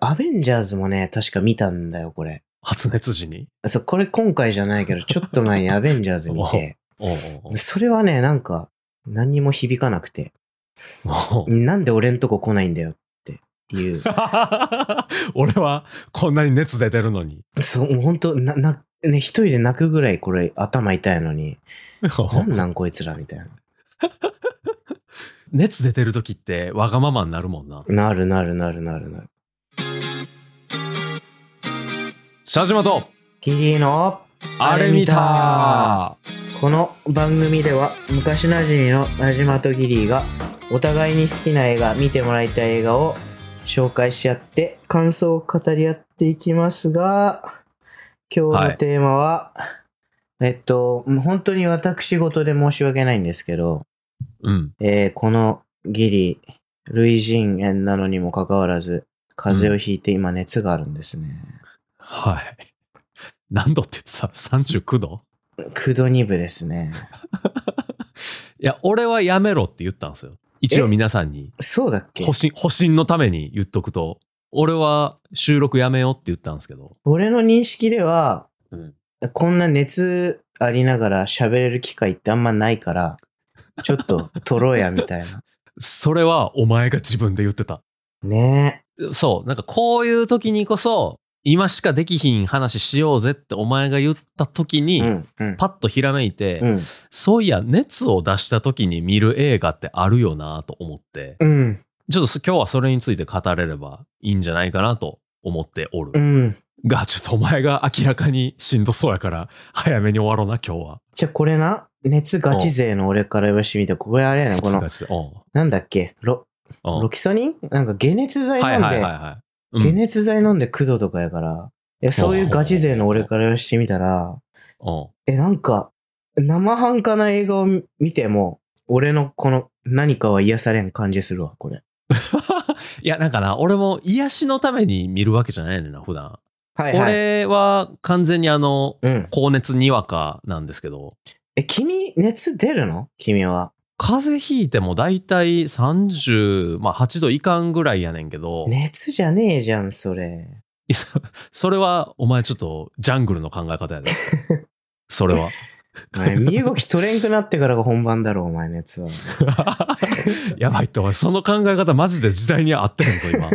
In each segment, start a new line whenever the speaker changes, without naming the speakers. アベンジャーズもね、確か見たんだよ、これ。
発熱時に。
そう、これ今回じゃないけど、ちょっと前にアベンジャーズ見て、
おう おう
それはね、なんか、何にも響かなくて、
おう
なんで俺んとこ来ないんだよっていう、
俺はこんなに熱出てるのに。
そう、もうほんと、な、な、ね、一人で泣くぐらいこれ頭痛いのに、なんなんこいつらみたいな。
熱出てる時ってわがままになるもんな。
なるなるなるなるなる。
シャジマと、
キリの
あれ見た
この番組では昔なじみのなじまとギリーがお互いに好きな映画見てもらいたい映画を紹介し合って感想を語り合っていきますが今日のテーマは、えっともう本当に私事で申し訳ないんですけど、
うん。
えーこのギリー類人猿なのにもかかわらず風邪をひいて今熱があるんですね、
はい。何度って言ってた ?39 度
9度2分ですね
いや、俺はやめろって言ったんですよ。一応
え
皆さんに、
そうだっけ
保身、保身のために言っとくと、俺は収録やめようって言ったんですけど。
俺の認識では、
うん
こんな熱ありながら喋れる機会ってあんまないから、ちょっと取ろうやみたい な。
それはお前が自分で言ってた。
ね
そう、なんかこういう時にこそ、今しかできひん話しようぜってお前が言った時
え。
に、
うん。うん。
パッとひらめいて、
うん。
そういや、熱を出した時に見る映画ってあるよなと思って、
うん。
ちょっとす今日はそれについて語れればいいんじゃないかなと思っておる。
うん。
が、ちょっとお前が明らかにしんどそうやから、早めに終わろうな、今日は。
じゃあこれな、熱ガチ勢の俺から言わしてみて、これあれやな、この、
つがつう
なんだっけ、ロ
んうん
ロキソニンなんか解熱剤
はい
飲ん
はいはい
で、
はい。
解
うん
熱剤飲んで9度とかやから、いやそういうガチ勢の俺から言わしてみたら、
うん
え、なんか、生半可な映画を見ても、俺のこの何かは癒されん感じするわ、これ。
いや、なんかな、俺も癒しのために見るわけじゃないねんな、普段。
はいはい。
俺は完全にあの、
うん。
高熱にわかなんですけど、
え、君、熱出るの君は。
風邪ひいても大体38、まあ、8度いかんぐらいやねんけど、
熱じゃねえじゃん、それ。
いやそ それはお前ちょっとジャングルの考え方 やで。それは。
お前身動き取れんくなってからが本番だろ、お前、熱は。
やばいって、お前その考え方マジで時代に合ってへんぞ、 今。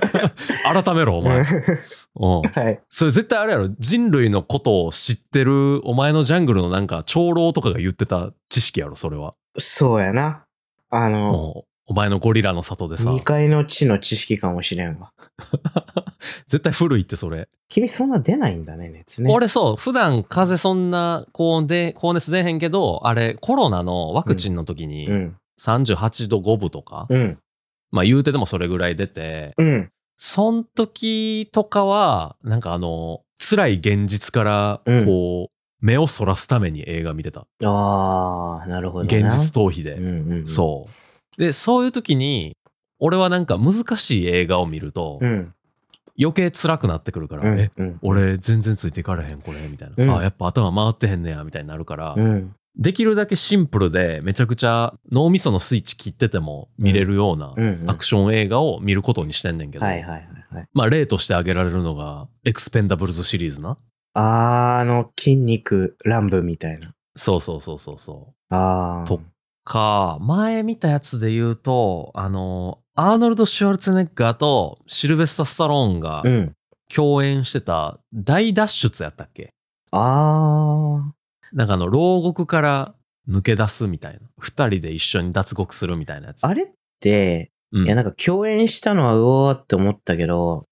改めろ、お前。うん。
はい。
それ絶対あれやろ、人類のことを知ってるお前のジャングルのなんか長老とかが言ってた知識やろ、それは。
そうやな。あの、
もうお前のゴリラの里でさ
未、開の地の知識かもしれんわ。
絶対古いってそれ。
君、そんな出ないんだね、熱ね。
俺そう、普段風邪そんな高温で、高熱出へんけど、あれ、コロナのワクチンの時
う
に
ん。
38度5分とか、
うん。
まあ言うてでもそれぐらい出て、
うん。
そん時とかは、なんかあの、辛い現実から、
うん
こう、目をそらすために映画見てた。
あー、なるほどな。
現実逃避で。
うんうんうん。
そう。で、そういう時に、俺はなんか難しい映画を見ると、
うん。
余計辛くなってくるから、
うん。
え、
うん。
俺全然ついていかれへんこれみたいな、
うん
あやっぱ頭回ってへんねやみたいになるから、
うん。
できるだけシンプルでめちゃくちゃ脳みそのスイッチ切ってても見れるような
うんうん
アクション映画を見ることにしてんねんけど、
はいはいはいはい。
まあ例として挙げられるのがエクスペンダブルズシリーズな
あーあの、筋肉乱舞みたいな。
そうそうそうそうそう
ああ。
とか前見たやつで言うとあのアーノルド・シュワルツェネッガーとシルベスタ・スタローンが
うん。
共演してた大脱出やったっけ
ああ。
なんかあの、牢獄から抜け出すみたいな。二人で一緒に脱獄するみたいなやつ。
あれって、
うん
いやなんか共演したのはうおーって思ったけど、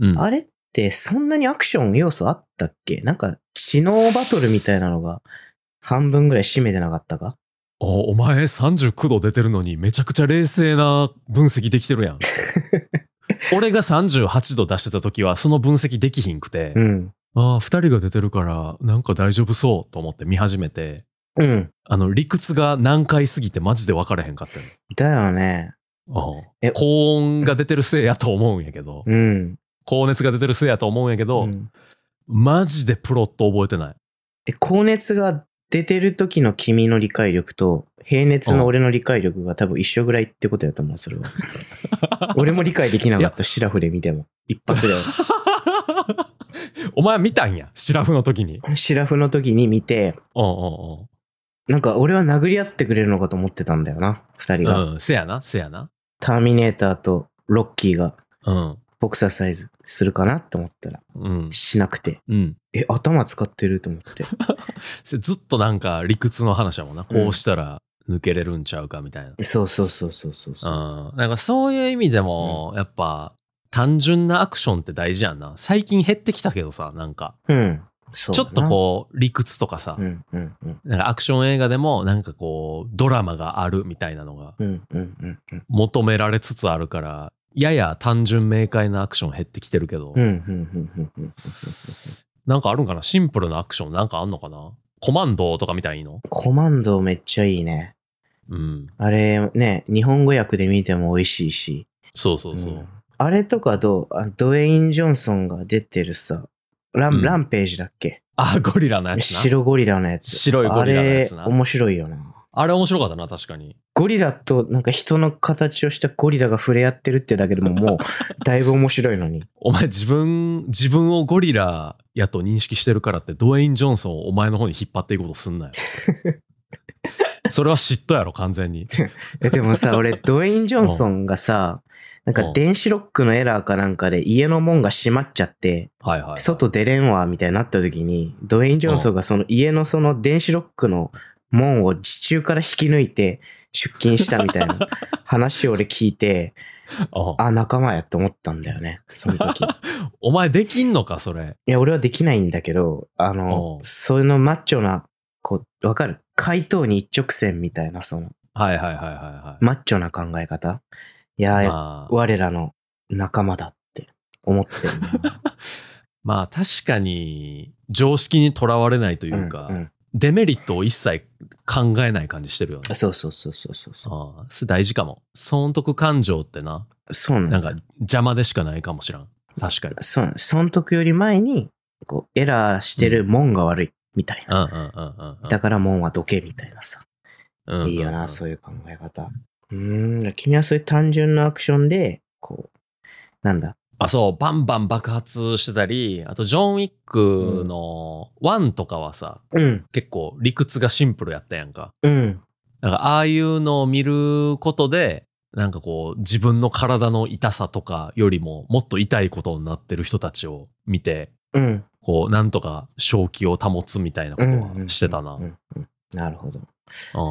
うん
あれってそんなにアクション要素あったっけなんか知能バトルみたいなのが半分ぐらい占めてなかったか
おお前39度出てるのにめちゃくちゃ冷静な分析でき てるやん。俺が38度出してた時はその分析できひんくて、
うん。
ああ、二人が出てるからなんか大丈夫そうと思って見始めて、
うん。
あの、理屈が難解すぎてマジで分からへんかったよ
だよね。
ああ
え
高温が出てるせいやと思うんやけど、
うん。
高熱が出てるせいやと思うんやけど、
うん
マジでプロット覚えてない。
え、高熱が出てる時の君の理解力と、平熱の俺の理解 力が多分一緒ぐらいってことやと思う、それは。俺も理解できなかった、シラフで見ても。一発で。
お前見たんや。シラフの時に。
シラフの時に見て、
うんうん
なんか俺は殴り合ってくれるのかと思ってたんだよな、二人
う
が。
ん。うん。せやな、せやな。
ターミネーターとロッキーが
うん。
ボクサーサイズするかなって思ったら、
うん。
しなくて。
うん。
え、頭使ってると思って。
せずっとなんか理屈の話やもんな。こうしたら抜けれるんちゃうかみたいな。
そうそうそうそうそうそう。
うん。なんかそういう意味でも、やっぱ、単純なアクションって大事やんな。最近減ってきたけどさ、なんか、
うん。そう
ち
だ
ょ
な
っとこう、理屈とかさ、
うんうんうん
なんかアクション映画でも、なんかこう、ドラマがあるみたいなのが
うんうんうんうん
求められつつあるから、やや単純明快なアクション減ってきてるけど、
うんうんうんうんうん
なんかあるんかなシンプルなアクションなんかあんのかなコマンドとかみたいにいいの
コマンドめっちゃいいね。
うん。
あれね、日本語訳で見ても美味しいし。
そうそうそう。
んあれとかどうあドウェイン・ジョンソンが出てるさ、ラン,、
うん
ランページだっけ
あ、ゴリラのやつな。
白ゴリラのやつ。
白いゴリラのやつ
あ
な
れ、面白いよな。
あれ面白かったな、確かに。
ゴリラとなんか人の形をしたゴリラが触れ合ってるってだけでも もうだいぶ面白いのに。
お前自分、自分をゴリラやと認識してるからって、ドウェイン・ジョンソンをお前の方に引っ張っていくことすんな よ。それは嫉妬やろ、完全に。
えでも さ、俺、ドウェイン・ジョンソンがさ、なん
う
か
ん
電子ロックのエラーかなんかで家の門が閉まっちゃって、
はいはい。
外出れんわみたいになった時に、ドウェイン・ジョンソンがその家のその電子ロックの門を地中から引き抜いて出勤したみたい な話を俺聞いて、
うん
あ、仲間やって思ったんだよね、その 時。
お前できんのか、それ。
いや、俺はできないんだけど、あ
お
の
う、
そういうのマッチョな、こう、わかる回答に一直線みたいな、その、
はいはいはいはいはい。
マッチョな考え方いや、
まあ、
我らの仲間だって思ってるな
まあ確かに、常識にとらわれないというか、
んん
デメリットを一切考えない感じしてるよね。
そうそうそうそうそうそ
ああ、それ大事かも。損得感情ってな、
う。そう
な
なんん
か
だ。
邪魔でしかないかもしらん。確かに。
そうなん損得より前に、こう、エラーしてる門が悪い、みたい
うん
な。
うんうんうんうん。
だから門はどけ、みたいなさ。
うんうんうん
いいよな、そういう考え方。うーん、君はそういう単純なアクションで、こう、なんだ。
あ、そう、バンバン爆発してたり、あと、ジョン・ウィックの1とかはさ、
うん、
結構理屈がシンプルやったやんか。
うん、
なんか、ああいうのを見ることで、なんかこう、自分の体の痛さとかよりも、もっと痛いことになってる人たちを見て、
うん。
こう、なんとか正気を保つみたいなことはしてたな
うんう。んうんなるほど。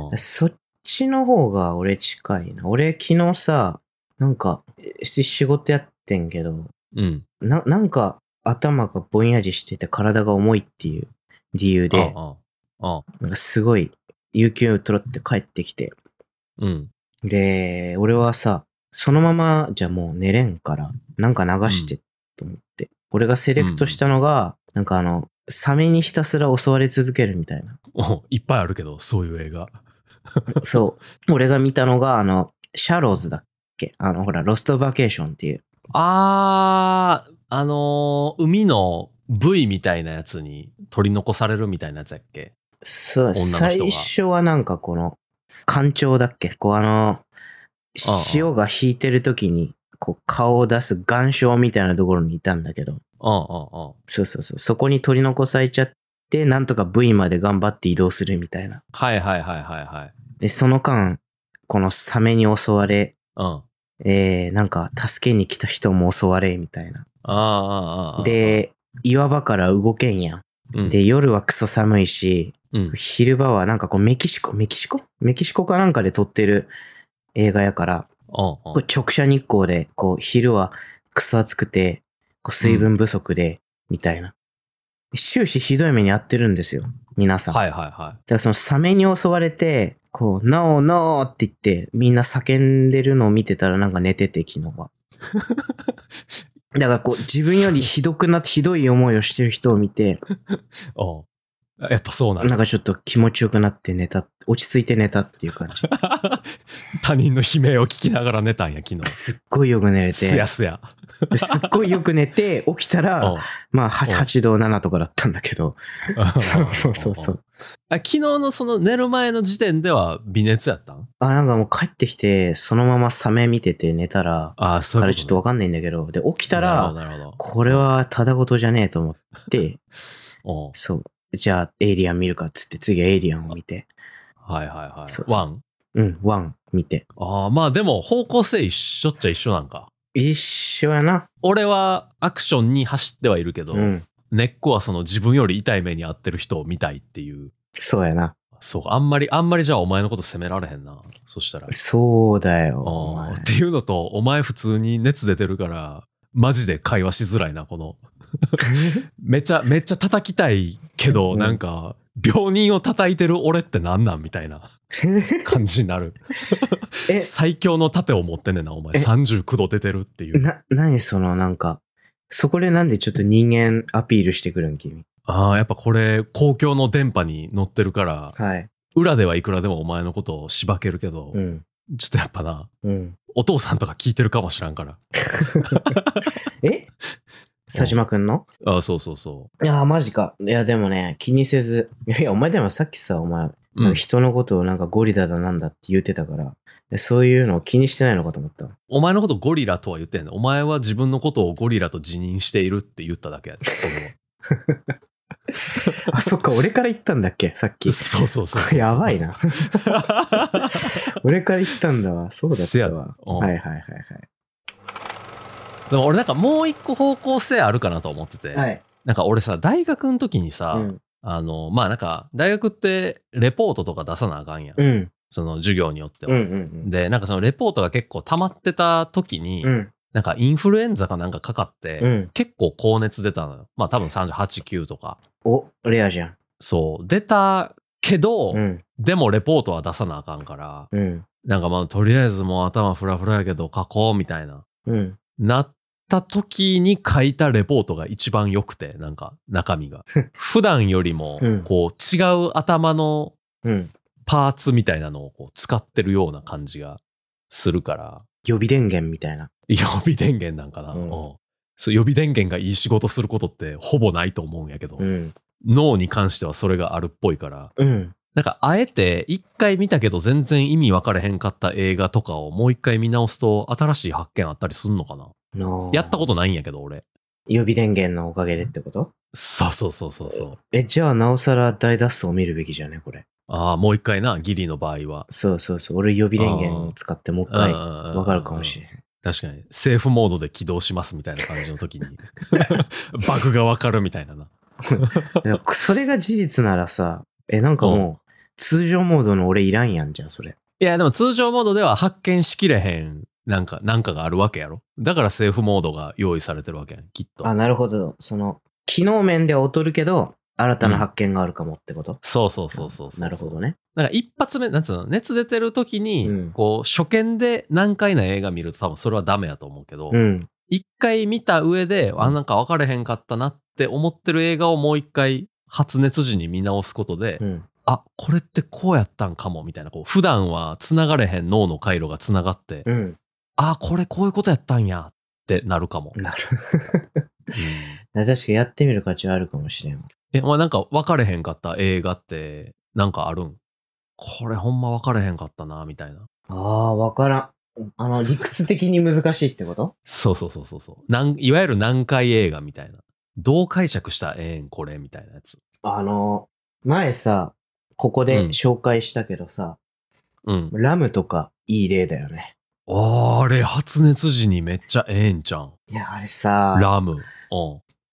うん
そっちの方が俺近いな。俺昨日さ、なんか、えし仕事やってんけど、
うん。
な、なんか頭がぼんやりしてて体が重いっていう理由で、
うんうん
なんかすごい、有給を取って帰ってきて。
うん。
で、俺はさ、そのままじゃもう寝れんから、なんか流してと思って。俺がセレクトしたのが、なんかあの、サメにひたすら襲われ続けるみたいな。
おいっぱいあるけど、そういう映画。
そう。俺が見たのが、あの、シャローズだっけあの、ほら、ロストバケーションっていう。
あー、あのー海のブイみたいなやつに取り残されるみたいなやつやっけ
そう、
女の人が
最初はなんかこの、干潮だっけこうあの
ああ、
潮が引いてる時に、こう顔を出す岩礁みたいなところにいたんだけど、
うんうんうん。
そうそうそう、そこに取り残されちゃって、なんとか V まで頑張って移動するみたいな。
はいはいはいはいはい。
で、その間、このサメに襲われ、
うん。あ
えー、なんか助けに来た人も襲われ、みたいな。
ーあーあーあー、
で、岩場から動けんやん。
うん、
で、夜はクソ寒いし、
うん、
昼場はなんかこうメキシコ、メキシコメキシコかなんかで撮ってる映画やから、
うんうん
こう直射日光で、こう昼はクソ暑くて、こう水分不足で、みたいな。終始ひどい目に遭ってるんですよ、皆さん。
はいはいは
だからそのサメに襲われて、こう、なおなおって言って、みんな叫んでるのを見てたらなんか寝てて、昨日 は。だからこう、自分よりひどくなって、ひどい思いをしてる人を見て、
い。おやっぱそうな
なん
る。
かちょっと気持ちよくなって寝た、落ち着いて寝たっていう感じ。
他人の悲鳴を聞きながら寝たんや、昨日。
すっごいよく寝れて、
す
す
や
っ
すや。
ごいよく寝て、起きたら、まあ
うん
8 8度7とかだったんだけど、そうそうそうそう。
あ昨日のその寝る前の時点では微熱やったん
あ、なんかもう帰ってきて、そのままサメ見てて寝たら、
ああ、そう
あ
いう
れ
こ
ち
と
ょっとわかんないんだけど、で、起きたら、
なるほどなるほ
これはただ事じゃねえと思って、
ど。うん
そう。じゃあ、エイリアン見るかっつって、次はエイリアンを見て。
はいはいは
そう
い。
そう
ワン
うん、ワン見て。
ああ、まあでも方向性一緒っちゃ一緒なんか。
一緒やな。
俺はアクションに走ってはいるけど、
うん。
根っこはその自分より痛い目に遭ってる人を見たいっていう。
そうやな。
そうか、あんまり、あんまりじゃあお前のこと責められへんな。そしたら。
そうだよ。お
あ
前
ーっていうのと、お前普通に熱出てるから、マジで会話しづらいな、この。めっちゃ、めっちゃ叩きたいけど、
うん
なんか、病人を叩いてる俺ってなんなんみた いな感じになる。
え、
最強の盾を持ってんねんな、お前。
え
39度出てるっていう。
な、何その、なんか、そこでなんでちょっと人間アピールしてくるん、君。
ああ、やっぱこれ、公共の電波に乗ってるから、
はい。
裏ではいくらでもお前のことをしばけるけど、
うん。
ちょっとやっぱな、
うん。
お父さんとか聞いてるかもしらんから。
え佐島くんの
ああ、そうそうそ
いやー、マジか。いや、でもね、気にせず。いやいや、お前でもさっきさ、お前、
う。うん。
人のことをなんかゴリラだなんだって言ってたから、そういうのを気にしてないのかと思った。
お前のことゴリラとは言ってんの。お前は自分のことをゴリラと自認しているって言っただけやで。
あ、そっか、俺から言ったんだっけさっき。
そうそうそうそ う。
やばい。な。俺から言ったんだわ。そうだっ
せや
た
な
わ。
うん
はいはいはい
でも俺なんかもう一個方向性あるかなと思ってて。
はい。はい。
なんか俺さ、大学の時にさ、
うん。
あの、まあなんか、大学ってレポートとか出さなあかんやん。
うん。
その授業によって
うんう
は。
ん
で、なんかそのレポートが結構溜まってた時に、
うん。うん。
なんかインフルエンザかなんかかかって、
うん。
結構高熱出たのよ。まあ多分38、9とか。
お、レアじゃん。
そう、出たけど、
うん。
でもレポートは出さなあかんから、
うん。
なんかまあとりあえずもう頭フラフラやけど書こうみたいな。
うん。
なった時に書いたレポートが一番良くて、なんか中身が。普段よりも
うん、
こう違う頭の
うん。
パーツみたいなのをこう使ってるような感じがするから、
予備電源みたいな。
予備電源なんかな。
うん
うんそう予備電源がいい仕事することってほぼないと思うんやけど、
うん。
脳に関してはそれがあるっぽいから、
うん。
なんかあえて一回見たけど全然意味分かれへんかった映画とかをもう一回見直すと新しい発見あったりすんのかな
の
やったことないんやけど俺。
予備電源のおかげでってこと
そうそうそうそうそう。
え、じゃあなおさら大脱走を見るべきじゃね、これ。
ああ、もう一回な、ギリの場合は。
そうそうそう。俺予備電源使ってもう一回わ
わ
かるかもし
れん。
れへん。
確かに。セーフモードで起動しますみたいな感じの時に。バグがわかるみたいなな。
いやそれが事実ならさ、 え、なんかもう、通常モードの俺いらんやんじゃん、それ。
いや、でも通常モードでは発見しきれへん、なんか、なんかがあるわけやろ。だからセーフモードが用意されてるわけやん、きっと
あ、。なるほど。その、機能面では劣るけど、新たな発見があるかもってこと、
そうそうそうそうそう。
なるほど。ね。
なんか一発目、なんつうの、熱出てる時に、
うん
こう、初見で難解な映画見ると多分それはダメやと思うけど、
うん。
一回見た上で、あ、なんか分かれへんかったなって思ってる映画をもう一回発熱時に見直すことで、
うん。
あ、これってこうやったんかも、みたいな、こう、普段は繋がれへん脳の回路が繋がって、
うん。
あ、これこういうことやったんや、ってなるかも。
なる。 確かにやってみる価値はあるかもしれん。
え、お前なんか分かれへんかった映画って、なんかあるんこれほんま分かれへんかったな、みたいな。
ああ、わからん。あの、理屈的に難しいってこと
そうそうそうそうそうなん。いわゆる難解映画みたいな。どう解釈したらええんこれみたいなやつ。
あの、前さ、ここ
うん
で紹介したけどさ、
うん。
ラムとかいい例だよね。
あれ、発熱時にめっちゃええんじゃん。
いや、あれさ、
ラム。うん。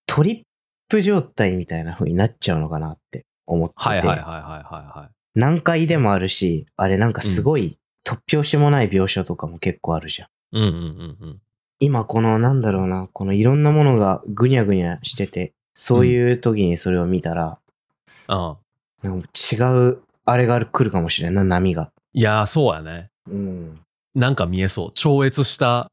トリップ状態みたいな風になっちゃうのかなって思ってて。
はいはいはいはいはいはい。
難解でもあるし、あれなんかすごい突拍子もない描写とかも結構あるじゃん。
うんうんうんうん。
今このなんだろうな、このいろんなものがぐにゃぐにゃしてて、そういう時にそれを見たら、
ああ
なんか違うあれが来るかもしれんな、波が。
いやー、そうやね。
うん。
なんか見えそう。超越した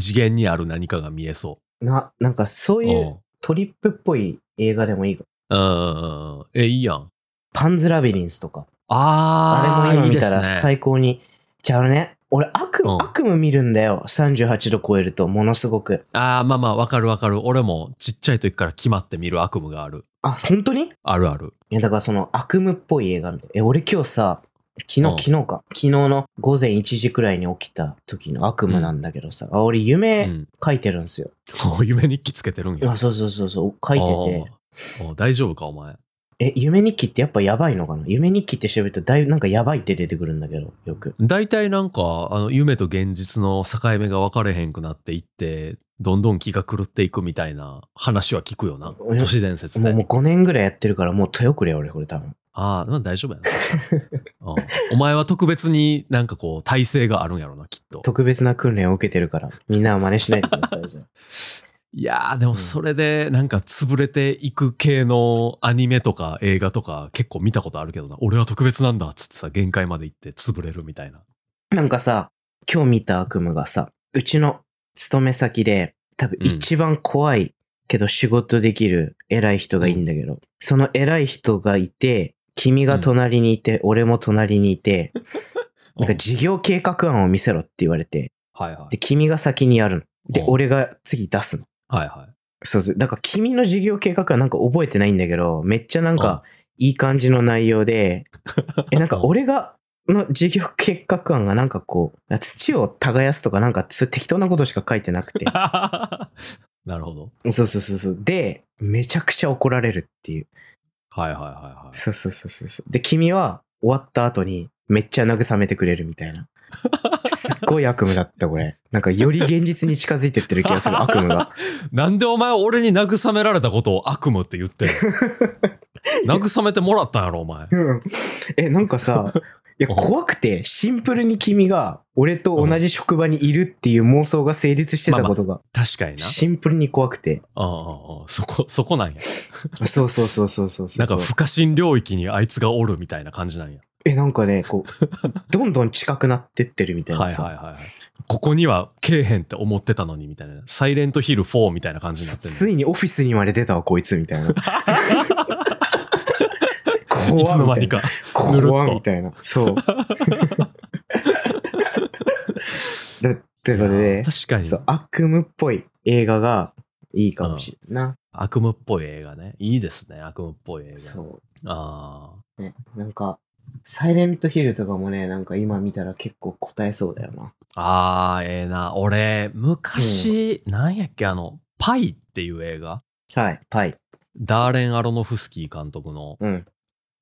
次元にある何かが見えそ
な、なんかそう
う。
いうトリップっぽい映画でもいいか。
うんうんうんうん。え、いいやん。
パンズラビリンスとか。あ
あー
れも今
い
見
いで
た
す
ら
ね、
最高に。じゃああのね、俺悪,、
うん
悪夢見るんだよ。38度超えると、ものすごく。
ああ、まあまあ、わかるわかる。俺もちっちゃい時から決まって見る悪夢がある。
あ、本当に
あるある。
いや、だからその悪夢っぽい映画みたい。え、俺今日さ、昨日、
うん
昨日か。昨日の午前1時くらいに起きた時の悪夢なんだけどさ、あ俺
う
夢
ん。
書いてるんですよ。
お夢日記つけてるんや。
あ、そうそうそうそう、書いてて。
あー。お大丈夫か、お前。
え、夢日記ってやっぱやばいのかな夢日記って調べるとだいぶなんかやばいって出てくるんだけど、よく。
大体なんか、あの、夢と現実の境目が分かれへんくなっていって、どんどん気が狂っていくみたいな話は聞くよな。
うん
都市伝説
もうもう
で。
5年ぐらいやってるから、もう手遅れよ俺、これ多分。
ああ、まあ大丈夫やな。そしたらうんお前は特別になんかこう、体制があるんやろな、きっと。
特別な訓練を受けてるから、みんなは真似しないでください、じゃあ。
いやー、でもそれでなんか潰れていく系のアニメとか映画とか結構見たことあるけどな。俺は特別なんだっつってさ、限界まで行って潰れるみたいな。
なんかさ、今日見た悪夢がさ、うちの勤め先で、多分
うん
一番怖いけど仕事できる偉い人がいいんだけど、その偉い人がいて、君が隣にいて、俺も隣にいて、なんか
うん
事業計画案を見せろって言われて、
はいは
で、
い。
君が先にやるの。で、
うん
俺が次出すの。
はいはい。
そうそう。だから君の事業計画はなんか覚えてないんだけど、めっちゃなんかいい感じの内容で、 え、なんか俺が、の事業計画案がなんかこう、土を耕すとかなんかそう適当なことしか書いてなくて。
なるほど。
そうそうそうそう。で、めちゃくちゃ怒られるっていう。
はいはいはいはい。
そうそうそうそうそう。で、君は終わった後にめっちゃ慰めてくれるみたいな。すっごい悪夢だった、これ。なんかより現実に近づいてってる気がす る、悪夢が。
なんでお前俺に慰められたことを悪夢って言ってん の慰めてもらったんやろ、お前。
うんえ、なんかさ、いや、
うん
怖くて、シンプルに君が、俺と同じ職場にいるっていう妄想が成立してたことが、
確かにな。
シンプルに怖くて。
うんうんうん。そこ、そこなんや。
そうそうそうそうそうそう。
なんか不可侵領域にあいつがおるみたいな感じなんや。
え、なんかね、こう、 どんどん近くなってってるみたい
は
ないさ。
はいはいはい。ここにはけえへんって思ってたのにみたいな。サイレントヒル4みたいな感じになって
つ
る。
いにオフィスにまで出たわ、こいつ、み たいな。怖
いつの間に
みたいな
か。ぬるっと
怖みたいな。そう。 だってこと
いや
で、
確かに
そう、悪夢っぽい映画がいいかもしれないな。
悪夢っぽい映画ね。いいですね、悪夢っぽい映画。
そ
ああ。
う。ね、なんか、サイレントヒルとかもね、なんか今見たら結構答えそうだよな。
ああ、ええな。俺、昔、なんやっけ、あの、パイっていう映画。
はい、パイ。
ダーレン・アロノフスキー監督の
うん。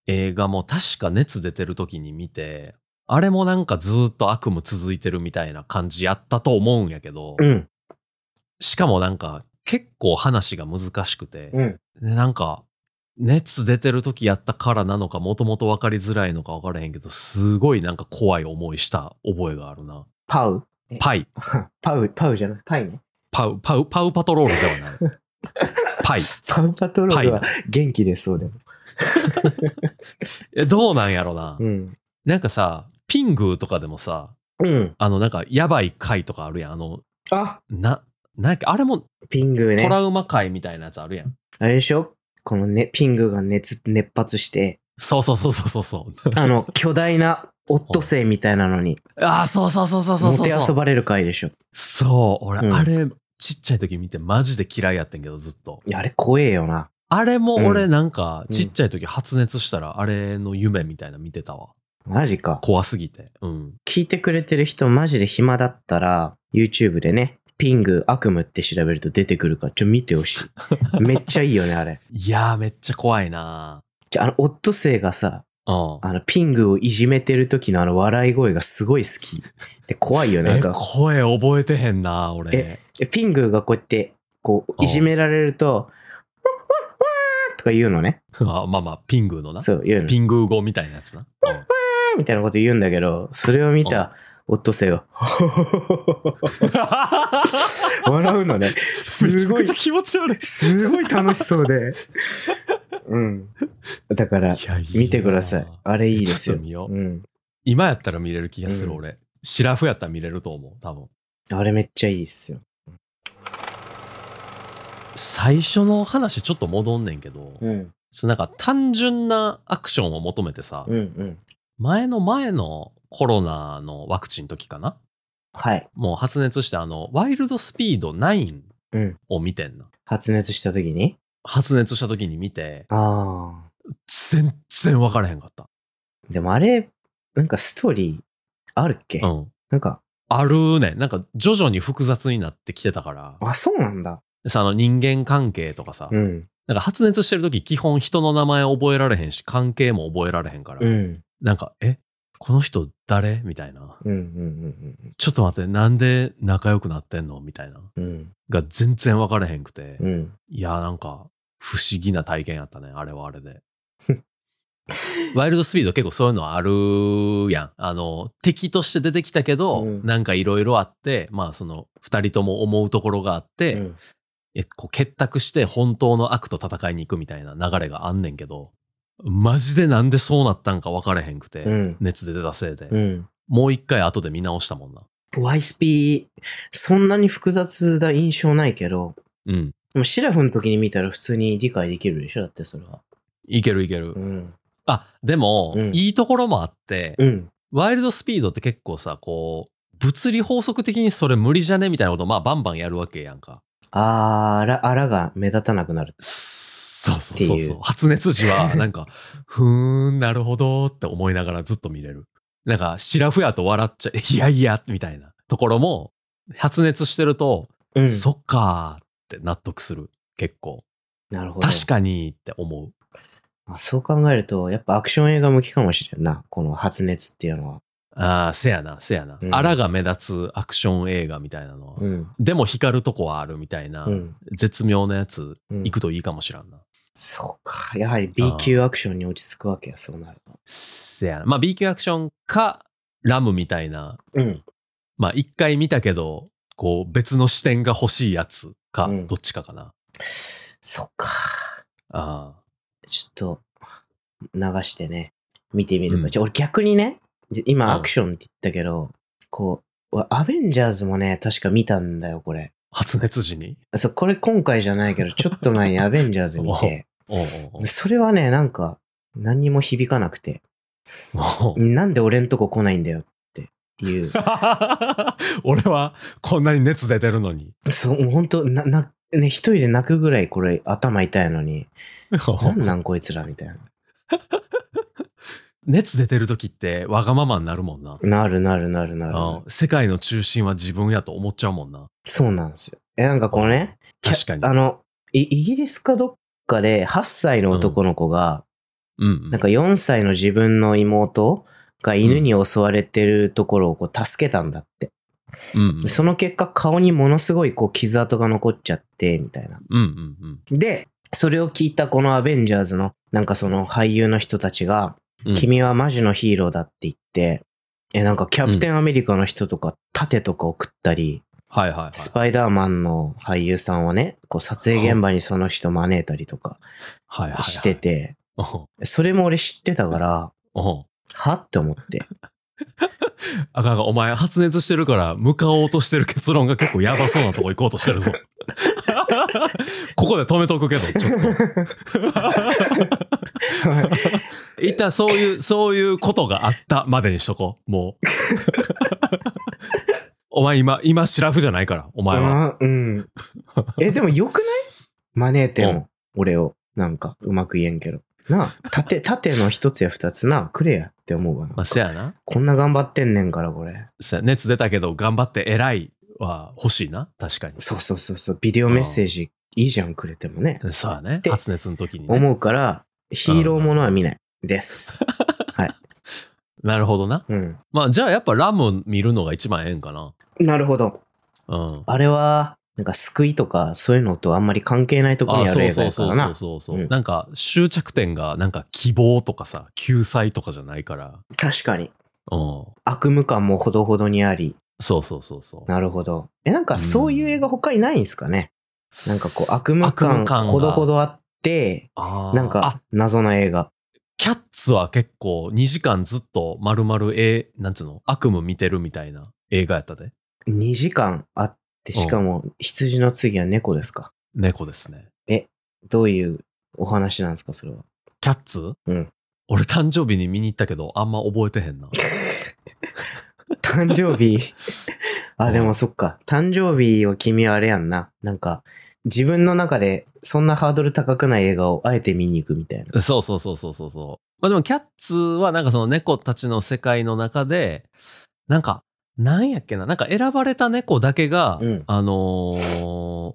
映画も確か熱出てる時に見て、あれもなんかずーっと悪夢続いてるみたいな感じやったと思うんやけど、
うん。
しかもなんか結構話が難しくて、
うん。
でなんか熱出てる時やったからなのかもともと分かりづらいのか分からへんけどすごいなんか怖い思いした覚えがあるな
パウ。
パイ
パウ、パウじゃない。パイね。
パウパウパウパトロールではない パイ
パウパトロールは元気でそうでも。
えどうなんやろな、
うん。
なんかさピングーとかでもさ
うん。
あのなんかやばい回とかあるやんあの
あ
ななんやっけあれも
ピング
ト
ね。
ラウマ回みたいなやつあるやん、
あれでしょこのね、ピングが熱、熱発して、
そうそうそうそうそうそう
あ の、巨大なオットセイみたいなのに、
ああそうそうそうそうそう
も
そう
てあそばれる回でしょ。
そう、俺、
うん
あれ、ちっちゃい時見てマジで嫌いやってんけど、ずっと。
いや、あれ怖えよな。
あれも
う
俺なんか、
うん
ちっちゃい時発熱したら、あれの夢みたいな見てたわ。
マジか。
怖すぎて。うん。
聞いてくれてる人マジで暇だったら、YouTube でね、ピング悪夢って調べると出てくるから、ちょ、見てほし い。めっちゃいいよね、あれ。
いやー、めっちゃ怖いな
じゃあ、あの、オットセイがさ、
ーうん。
あの、ピングをいじめてる時のあの笑い声がすごい好き。で、怖いよね、な
え
ん、か。
声覚えてへんなー俺
え。えピングがこうやって、こ
う
う、
ん
いじめられると、とか言うのね。
あまあまあ、ピングーのな。
そう、言うの。
ピングー語みたいなやつな。うん
みたいなこと言うんだけど、それを見たオットセイ が、笑うのね。
め
す
ちゃ
ご
く
い
ちゃ気持ち悪い。
すごい楽しそうで。うん。だから、
いやいいな
見てください。あれいいです
ちょっ
よ
と。見よう。
うん。
今やったら見れる気がする、
うん
俺。シラフやったら見れると思う、多分。
あれめっちゃいいっすよ。
最初の話ちょっと戻んねんけど、
うん。
そうなんか単純なアクションを求めてさ、
うんうん。
前の前のコロナのワクチンの時かな
はい。
もう発熱してあの、ワイルドスピード9
うん
を見てんな。
発熱した時に
発熱した時に見て、
ああ。
全然分からへんかった。
でもあれ、なんかストーリーあるっけ、
うん。
なんか、
あるね。なんか徐々に複雑になってきてたから、
あ、そうなんだ。
さ、あの人間関係とかさ、
うん。
なんか発熱してる時基本人の名前覚えられへんし、関係も覚えられへんから、
うん。
なんか、えこの人誰みたいな。
うんうんうん
ちょっと待って、なんで仲良くなってんのみたいな。
うん。うん。
が全然分からへんくて。
うん。
いや、なんか、不思議な体験やったね。あれはあ れで。ワイルドスピード結構そういうのあるやん。あの、敵として出てきたけど、
うん
なんかいろいろあって、まあその、二人とも思うところがあって、
うん
えこう結託して本当の悪と戦いに行くみたいな流れがあんねんけど、マジでなんでそうなったんか分からへんくて、
うん
熱で出たせいで、
うん。
もう一回後で見直したもんな。
YSP、そんなに複雑な印象ないけど、
うん。
でもシラフの時に見たら普通に理解できるでしょだってそれは。
いけるいける。
うん。
あ、でも、
うん
いいところもあって、
うん。
ワイルドスピードって結構さ、こう、物理法則的にそれ無理じゃねみたいなことをまあバンバンやるわけやんか。
あーあら、あらが目立たなくなる。
そうそうそう
ってい
そう
う。
発熱時は、なんか、ふーん、なるほどって思いながらずっと見れる。なんか、シラフやと笑っちゃ、いやいや、みたいなところも、発熱してると、
うん。
そっかーって納得する。結構。
なるほど。
確かにって思う。
まあ、そう考えると、やっぱアクション映画向きかもしれんな。この発熱っていうのは。
ああ、せやな、せやな
う。ん
あらが目立つアクション映画みたいなのは、
うん。
でも光るとこはあるみたいな、
うん。
絶妙なやつ、
うん
行くといいかもしらんな。
そうか。やはり B 級アクションに落ち着くわけや、そうなると。
せやな。まあ B 級アクションか、ラムみたいな、
うん。
まあ一回見たけど、こう別の視点が欲しいやつか、
うん
どっちかかな。
そっか。
あ
ちょっと、流してね、見てみるか。
うん
ちょ俺逆にね、じ
うん
今アクションって言ったけど、こう、俺アベンジャーズもね、確か見たんだよ、これ。
あ、発熱時に
あそう、これ今回じゃないけど、ちょっと前にアベンジャーズ見て、
おうおう
それはね、なんか、何にも響かなくて、
お う
なんで俺んとこ来ないんだよっていう。
俺はこんなに熱出てるのに。
そう、もうほんと、な、な、ね、一人で泣くぐらいこれ頭痛いのに、なんなんこいつらみたいな。
熱出てる時ってわがままになるもんな。
なるなるなるなる。
あ世界の中心は自分やと思っちゃうもんな。
そうなんですよ。え、なんかこのね、キャ
確かに
あ。の、イイギリスかどっかで8歳の男の子が、
うんうん
なんか4歳の自分の妹が犬に襲われてるところをこう助けたんだって。
うんうん
でその結果顔にものすごいこう傷跡が残っちゃって、みたいな。
うんうんうん
で、それを聞いたこのアベンジャーズのなんかその俳優の人たちが、
うん
君はマジのヒーローだって言って、え、なんかキャプテンアメリカの人とか盾とか送ったり、
はいはいはい。
スパイダーマンの俳優さんをね、こう撮影現場にその人招いたりとか
はいはいはい
して。て、
おう
それも俺知ってたから、
おう
はって思って。
あかんあかんお前発熱してるから向かおうとしてる結論が結構やばそうなとこ行こうとしてるぞ。 ここで止めとくけど、ちょっと。一旦そういう、そういうことがあったまでにしとこう。もう。 お前今、今、シラフじゃないから、お前は。
うんうん。え、でもよくない招いて
う
も、俺を。なんか、うまく言えんけど。なあ、縦、縦の一つや二つな、くれやって思うわな
まあ、せやな。
こんな頑張ってんねんから、これ。
せや熱出たけど頑張って偉いは欲しいな。確かに。
そうそうそうそう、ビデオメッセージいいじゃん、くれてもね。
そうやね
っ。て
発熱の時に、ね。
思うから、ヒーローものは見ない。です。
なるほどな。
うん。
まあ、じゃあやっぱラム見るのが一番ええんかな。
なるほど。
うん。
あれは、なんか救いとかそういうのとあんまり関係ないところ
あ
にある
そう
映画
そう
やか
そ
ら
うそ
な。
うそうそう、
うん
なんか終着点がなんか希望とかさ、救済とかじゃないから。
確かに。
うん。
悪夢感もほどほどにあり。
そうそうそうそう。
なるほど。え、なんかそういう映画他にないんですかね、なんかこう悪夢
悪夢
感
感が
ほどほどあって、
あー
なん
あ
か、謎な映画。
キャッツは結構2時間ずっと丸々え、なんつうの、悪夢見てるみたいな映画やったで。
2時間あって、しかも羊の次は猫ですか
猫ですね。
どういうお話なんですか、それは。
キャッツ
うん。
俺誕生日に見に行ったけど、あんま覚えてへんな。
誕生日
う
あ、
ん
でもそっか。誕生日を君はあれやんな。なんか、自分の中でそんなハードル高くない映画をあえて見に行くみたいな。
そうそうそうそうそうそう。まあでもキャッツはなんかその猫たちの世界の中で、なんか、なんやっけな、なんか選ばれた猫だけが、
うん
あのー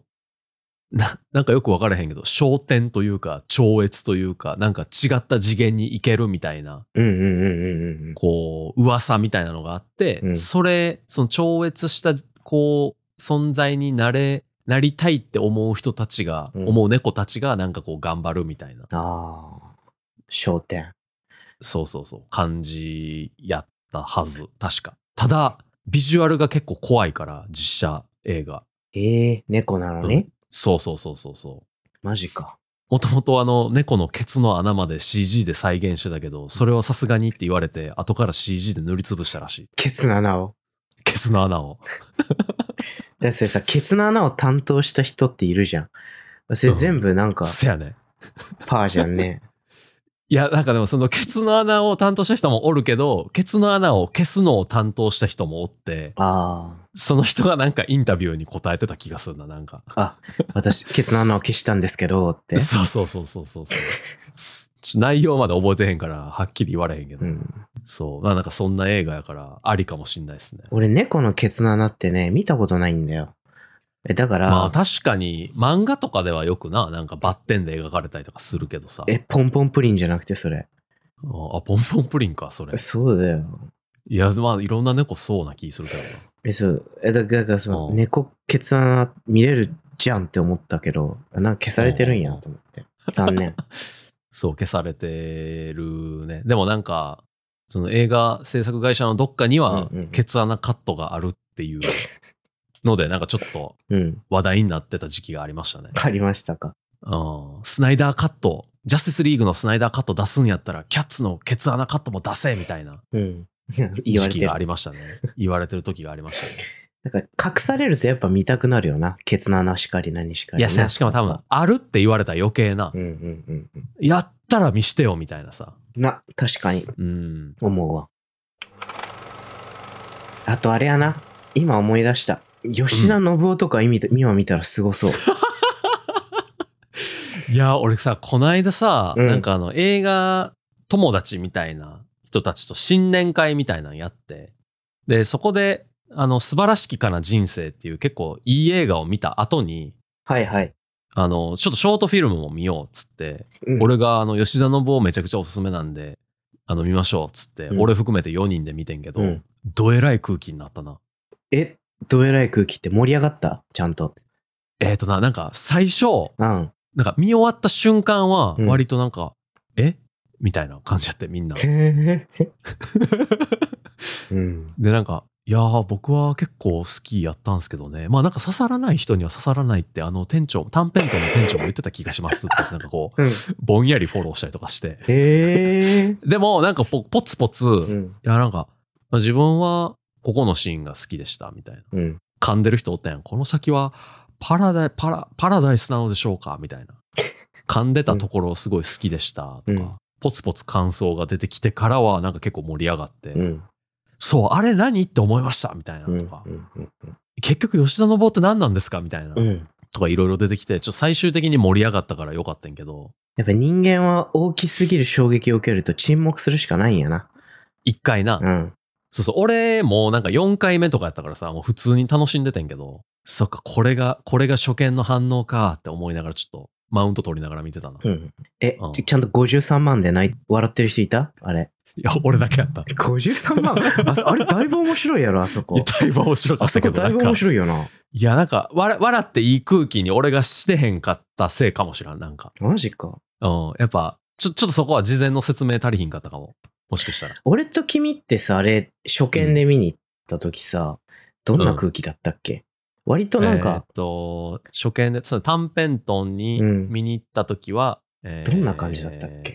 な、なんかよくわからへんけど、焦点というか、超越というか、なんか違った次元に行けるみたいな、
うんうんうんうんうん
こう、噂みたいなのがあって、
うん
それ、その超越した、こう、存在になれ、なりたいって思う人たちが、
うん
思う猫たちがなんかこう頑張るみたいな。
うん。ああ。焦点。
そうそうそう。感じやったはず。確か。ただ、ビジュアルが結構怖いから、実写映画。
ええ猫なのに、
そうそうそうそうそう。
マジか。
もともとあの、猫のケツの穴まで CG で再現してたけど、それはさすがにって言われて、後から CG で塗りつぶしたらしい。
ケツの穴を。
ケツの穴を。
だってそれさ、ケツの穴を担当した人っているじゃん。それ全部なんか、
せやね。
パーじゃん ね。
いや、なんかでもそのケツの穴を担当した人もおるけど、ケツの穴を消すのを担当した人もおって、
あ
その人がなんかインタビューに答えてた気がするな、なんか。
あ。あ、私、ケツの穴を消したんですけど、って。
そうそうそうそうそうそう。ちょ内容まで覚えてへんから、はっきり言われへんけど。
うん。
そう。まあなんかそんな映画やから、ありかもしんないですね。
俺、猫のケツの穴ってね、見たことないんだよ。え、だから、
まあ確かに、漫画とかではよくな、なんかバッテンで描かれたりとかするけどさ。
え、ポンポンプリンじゃなくて、それ。
あ、ポンポンプリンか、それ。
そうだよ。
いや、まあいろんな猫そうな気するけどな。
え、そう。え、だだから、その、
うん
猫ケツの穴見れるじゃんって思ったけど、あなんか消されてるんやと思って。残念。
そう、消されてるね。でもなんか、その映画制作会社のどっかには
うんうん、
ケツ穴カットがあるっていうので、なんかちょっと
うん。
話題になってた時期がありましたね。
ありましたか。
うんスナイダーカット、ジャスティスリーグのスナイダーカット出すんやったら、キャッツのケツ穴カットも出せみたいな
うん。
時
言われて
期
る
があ。りましたね。言われてる時がありましたね。
なんか隠されるとやっぱ見たくなるよな。ケツの穴しかり何しか
い
りね、
や、しかも多分、あるって言われたら余計な
う、んうんうんうん。
やったら見してよみたいなさ。
な、確かに
うん。
思うわ。あとあれやな。今思い出した。吉田信夫とか今見た今見たらすごそう。
いや、俺さ、こないださ、
うん
なんかあの、映画友達みたいな人たちと新年会みたいなのやって、で、そこで、あの、素晴らしきかな人生っていう結構いい映画を見た後に、
はいはい。
あの、ちょっとショートフィルムも見ようっつって、
うん、
俺があの吉田信夫めちゃくちゃおすすめなんで、あの見ましょうっつって、
うん
俺含めて4人で見てんけど、
うん
どえらい空気になったな。
え、どえらい空気って盛り上がったちゃんと。
えっ、とな、なんか最初、
うん。
なんか見終わった瞬間は、
うん
割となんか、えみたいな感じやってみんな。
うん。
で、なんか、いやー僕は結構好きやったんすけどね。まあなんか刺さらない人には刺さらないって、あの店長、短編店の店長も言ってた気がしますって、なんかこ
うん。
う、ぼんやりフォローしたりとかして。
へえ。
でもなんかポポツポツ、
うん。
いや、なんか、まあ自分はここのシーンが好きでした、みたいな。
うん。
噛んでる人おったやん。この先はパラダイ、パラ、パラダイスなのでしょうかみたいな。噛んでたところすごい好きでした、
う
とか。
ん
ポツポツ感想が出てきてからはなんか結構盛り上がって、
うん。
そう、あれ何って思いましたみたいな
うん。う
と
ん
か、結局吉田信夫って何なんですかみたいな、
うん。
とかいろいろ出てきて、ちょっと最終的に盛り上がったからよかったんけど、
やっぱ人間は大きすぎる衝撃を受けると沈黙するしかないんやな。
一回な、
うん。
そうそう、俺もなんか4回目とかやったからさ、もう普通に楽しんでてんけど、そっか、これが、これが初見の反応かって思いながらちょっとマウント取りながら見てたな。
う
い
ん。え、
うん
ちちゃんと53万でない、笑ってる人いたあれ。
や、俺だけやった。い
53万あそあれ、だいぶ面白いやろ、あそこ
や。だいぶ面白か
あ
った
そ
け
こ
ど、
だ
ないん
ぶ
か、
面
い
白いよな。
や、なんか、笑笑っていい空気に俺がしてへんかったせいかもしらん、なんか。
マジか。
うん、やっぱ、ちょ、ちょっとそこは事前の説明足りひんかったかも。もしかしたら。
俺と君ってさ、あれ、初見で見に行った時さ、どんな空気だったっけ、割となん
えーっ
か、
と、初見で、その短編トンに
うん
見に行った時は、えー
どんな感じだったっけ、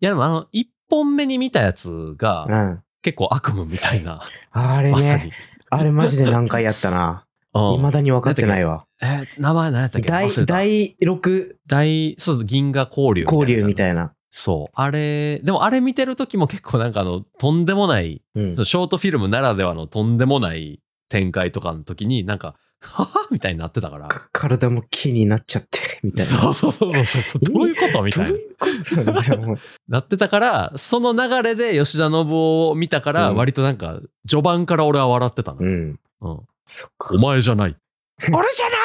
いや、でもあの、一本目に見たやつが、
うん。
結構悪夢みたいな、
あれ
まさ
ね、
に。
あれマジで何回やったな。
うん
未だに分かってないわ。
えー名前何やったっけ
第
忘れた
第6
大、そうそう、銀河交流みたいな
交
やつ
流みたいな。
そう。あれ、でもあれ見てる時も結構なんかあの、とんでもない、
うん
ショートフィルムならではのとんでもない展開とかの時になんか、ははみたいになってたから。
体も木になっちゃって、 みたいな。
そうそうそうそ うそう。どういうことみたい
ど
な
う。いうこと なんだよ、もう
なってたから、その流れで吉田信夫を見たから、
うん
割となんか、序盤から俺は笑ってたの。
うん。
うん。
そっか
お。前じゃない。俺じゃな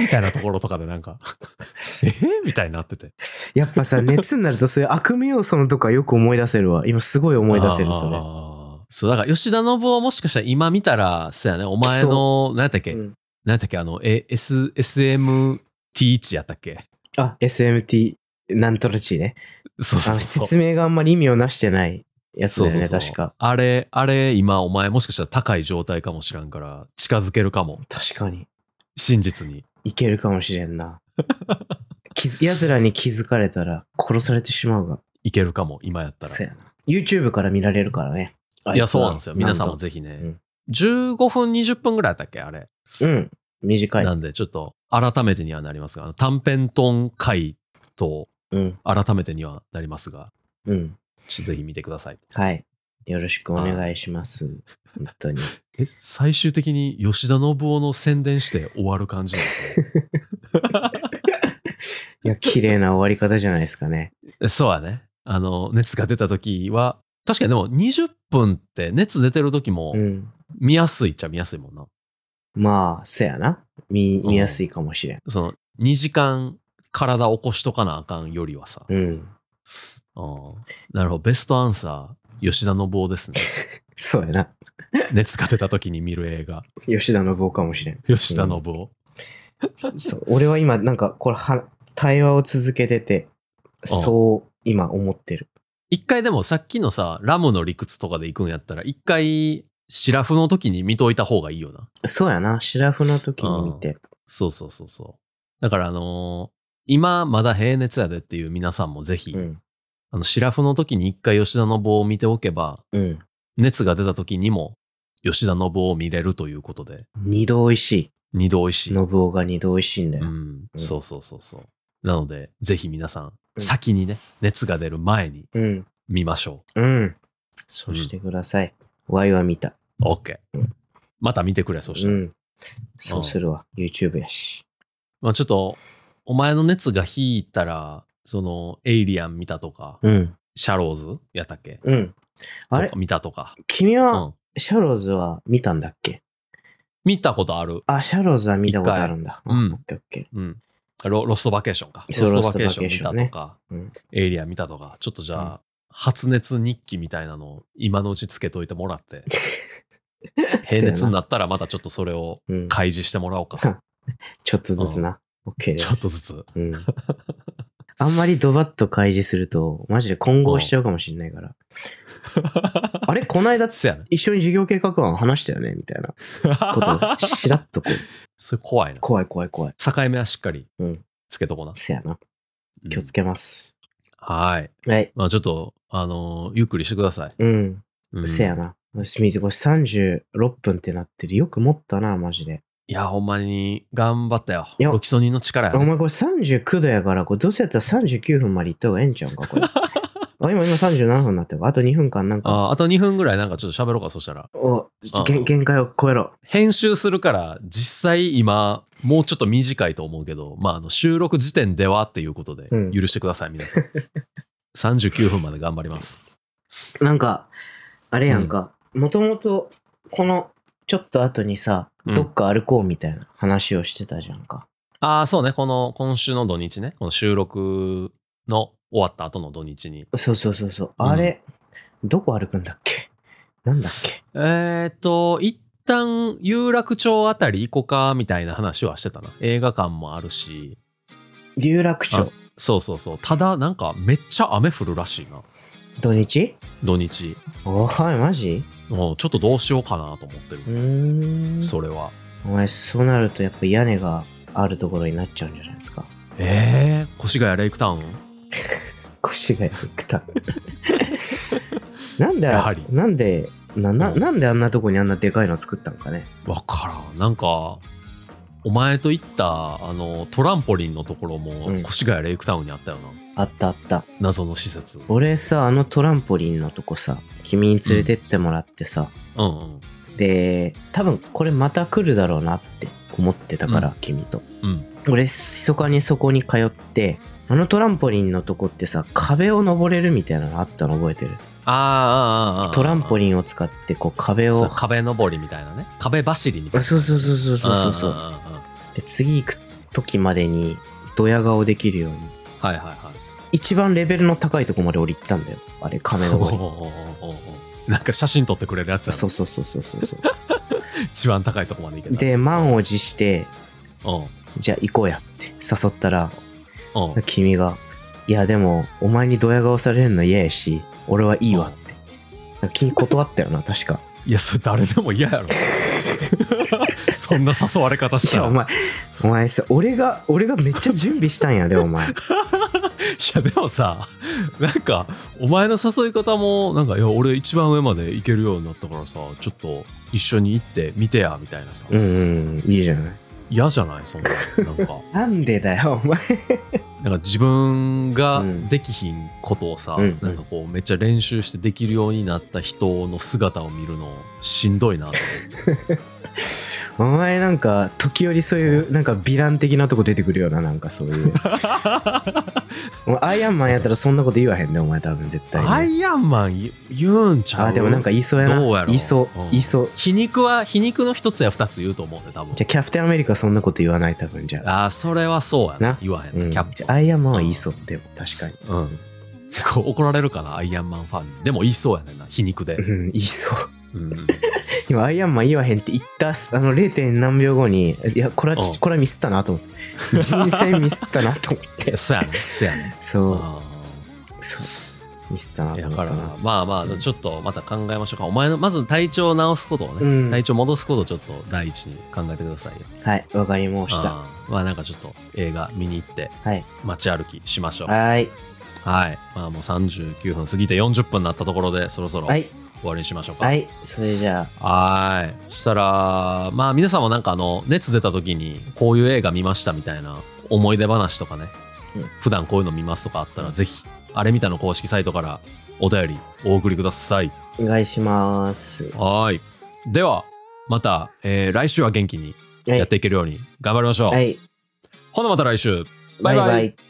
いみたいなところとかでなんか、 えみたいになってて。
やっぱさ、熱になるとそういう悪夢要素のとかよく思い出せるわ。今すごい思い出せる、それ。
あーそう、だから吉田信夫はもしかしたら今見たら、そうやね、お前の、何やったっけ、
うん
何やったっけ、あの、え S、SMT1 やったっけ
あ、SMT、なんとらちね。
そう
あ
そう
の
そう。
説明があんまり意味をなしてないやつ
そう
だ
そう
よ
そう
ね、確か。。
あれ、あれ、今、お前もしかしたら高い状態かもしらんから、近づけるかも。
確かに。
真実に。
いけるかもしれんな。気づ奴らに気づかれたら殺されてしまうが。
いけるかも、今やったら。
そうやな。YouTube から見られるからね。あつ
い
ら
や、そうなんですよ。皆さんも
なんと
ぜひね。
うん
15分、20分ぐらいやったっけあれ。
うん。短い。
なんで、ちょっと、改めてにはなりますが、あの短編トン回と、
うん。
改めてにはなりますが、
うん。
ちょっとぜひ見てください。
はい。よろしくお願いします。本当に。
え、最終的に吉田信夫の宣伝して終わる感じなの
いや、綺麗な終わり方じゃないですかね。
えそうやね。あの、熱が出た時は、確かにでも20分って熱出てる時 も
うん。
見やすいっちゃ見やすいもんな。
まあ、そやな。見、
うん
見やすいかもしれん。
その2時間体起こしとかなあかんよりはさ。
うん。
うんなるほど。ベストアンサー、吉田信夫 ですね。
そうやな。
熱が出た時に見る映画、
吉田信夫かもしれ ん。
吉田信夫。
そそう。俺は今、なんか、これは、対話を続けてて、
うん
そう、今思ってる。
一回でもさっきのさ、ラムの理屈とかで行くんやったら、一回、シラフの時に見といた方がいいよな。
そうやな。シラフの時に見て。
そうそうそうそう。だからあのー今まだ平熱やでっていう皆さんもぜひ、
うん。
あの、シラフの時に一回吉田信夫を見ておけば、
うん。
熱が出た時にも吉田信夫を見れるということで、
二度美味しい。
二度おいしい。
信夫が二度美味しいんだ
う
よ。
ん、
うん
そうそうそうそう。なので、ぜひ皆さん、
うん
先にね、熱が出る前に
うん。
見ましょ
うん。そうしてください。ワイは見た。
う。OK。また見てくれ、そした
う
ら。
ん。そうするわ。YouTube やし。
まあちょっと、お前の熱が引いたら、その、エイリアン見たとか、
うん。
シャローズやったっけ
うん。あれ
とか見たとか。
君
う
は、
ん。
シャローズは見たんだっけ
見たことある。
あ、シャローズは見たことあるんだ。
一回うん
オッケーオッケー。
うん。ロロストバケーションか。
そう
ロストバケーション
ロス
見
トバケーショ
た
ンね
とか、
うん
エイリアン見たとか、ちょっとじゃあ、
う
発熱日記みたいなのを今のうちつけといても らって、平熱に
な。
なったらまたちょっとそれを
うん。
開示してもらお うか。
ちょっとずつな。オッケーで
ちょっ
す。
と ずつ。
うん。あんまりドバッと開示すると、マジで混合しちゃうかもしんない から。あれこないだ
せやね。
一緒に事業計画案話したよねみたいなこと。しらっとこう。
それ怖いな。
怖い怖い怖い。
境目はしっかり
うん
つけとこな。
せやな。
うん
気をつけます。
はい。
はい。
まあちょっと、あのーゆっくりしてください。
うん。
うん
せやな。よし見てこれ36分ってなってる。よく持ったな、マジで。
いや、ほんまに頑張ったよ。
いや
ロキソニンの力や
お
ね、
前これ39度やから、これどうせやったら39分まで行った方がええんちゃうんか、 これ。あ今、今37分になってるあと2分間なんか。
ああと2分ぐらいなんかちょっと喋ろうか、そしたら。
お
あ、
限限界を超えろ。
編集するから、実際今、もうちょっと短いと思うけど、まあ、あの収録時点ではっていうことで
うん、
許してください、皆さん。39分まで頑張ります。
なんか、あれやんか、もともと、この、ちょっと後にさ、
うん
どっか歩こうみたいな話をしてたじゃんか。
ああ、そうね、この、今週の土日ね、この収録の終わった後の土日に。
そうそうそうそう。
うん
あれ、どこ歩くんだっけなんだっけ
えーっと、一旦、有楽町あたり行こうか、みたいな話はしてたな。映画館もあるし、
有楽町、
そうそうそう。ただ、なんか、めっちゃ雨降るらしいな、
土日
土日。
おい、マジ
もう、ちょっとどうしようかなと思ってる
う。ーん。
それは。
お前、そうなるとやっぱ屋根があるところになっちゃうんじゃないですか。
えー、越谷レイクタウン
越谷行た。なんで、
やはり
なんでなな、
うん
なんであんなとこにあんなでかいの作ったんかね。
わからん。なんか、お前と行ったあのトランポリンのところも
うん
越谷レイクタウンにあったよ
あ
な、
ったあった。
謎の施設うん
俺さ、あのトランポリンのとこさ、君に連れてってもらってさ、
うん
で、多分これまた来るだろうなって思ってたから、
うん
君と。
うん
俺、密かにそこに通って、あのトランポリンのとこってさ、壁を登れるみたいなのあったの覚えてる
ああああああ
トランポ
ン
リンを使ってこう壁を
そう壁登りみたいなね壁走りみた
あ
いな
そうそうそうそうそうそうそう
あああああ
で次行く時までにドヤ顔できるように
あはいはいはい
一番レベルの高いとこまで降りたんだよあれ亀の
お
降り
おおおおなんか写真撮ってくれるやつやろ
そうそうそうそうそうそう
一番高いとこまで行けた
で満を持して
うん
じゃあ行こうやって誘ったら
うん
君が「いやでもお前にドヤ顔されるの嫌やし俺はいいわ」ってなんか君断ったよな確か
いやそれ誰でも嫌 やろそんな誘われ方し
い
た
や
ら
お前お前さ俺が俺がめっちゃ準備したんやでお前
いやでもさなんかお前の誘い方もなんかいや俺一番上まで行けるようになったからさちょっと一緒に行ってみてやみたいなさ
うんうんうんいいじゃない
嫌じゃないそんななんか
なんでだよお前
なんか自分が
うん
できひんことをさ、
うん
なんかこうめっちゃ練習してできるようになった人の姿を見るのしんどいなと
お前なんか時折そういうなんかヴィラン的なとこ出てくるようななんかそう いうお前アイアンマンやったらそんなこと言わへんねお前多分絶対に
アイアンマン言言うんちゃう
あでもなんか言いそうやな
どうやろ
言いそう
うん
言いそう
皮肉は皮肉の一つや二つ言うと思うね多分
じゃあキャプテンアメリカはそんなこと言わない多分じゃあ
ああそれはそうやな
な
言わへん
う
な、
ん、
キ
じゃ
ャップ
あアイアンマンは言いそうでも確かに
うんこう怒られるかなアイアンマンファンにでも言いそうやねんな皮肉で、
うん言いそう
うん、
今アイアンマン言わへんって言ったあの 0. 何秒後にいやこれは
うん
ちこれはミスったなと思って人生ミスったなと思って
そうやねそうやね
そ
あ
うそうミスったな
ーいや
と
だ
思っ
か
た
ら
な
まあまあちょっとまた考えましょうかお前のまず体調を直すことをね、
うん
体調戻すことをちょっと第一に考えてくださいよ
はいわかりました
あーまあなんかちょっと映画見に行って
はい
街歩きしましょうはい、
はい
まあもう39分過ぎて40分になったところでそろそろ
は
終
い、
わりにしましょうか
はい、それじゃ
はい。そしたら、まあ皆さんもなんかあの、熱出た時に、こういう映画見ましたみたいな思い出話とかね、
うん
普段こういうの見ますとかあったら、ぜひ、あれみたの公式サイトからお便りお送りください。
あ、お願いします。
はい。では、また、えー来週は元気に
は
やっ
い、
ていけるように頑張りましょう。
はい、
ほなまた来週。バイバイ
バイバイ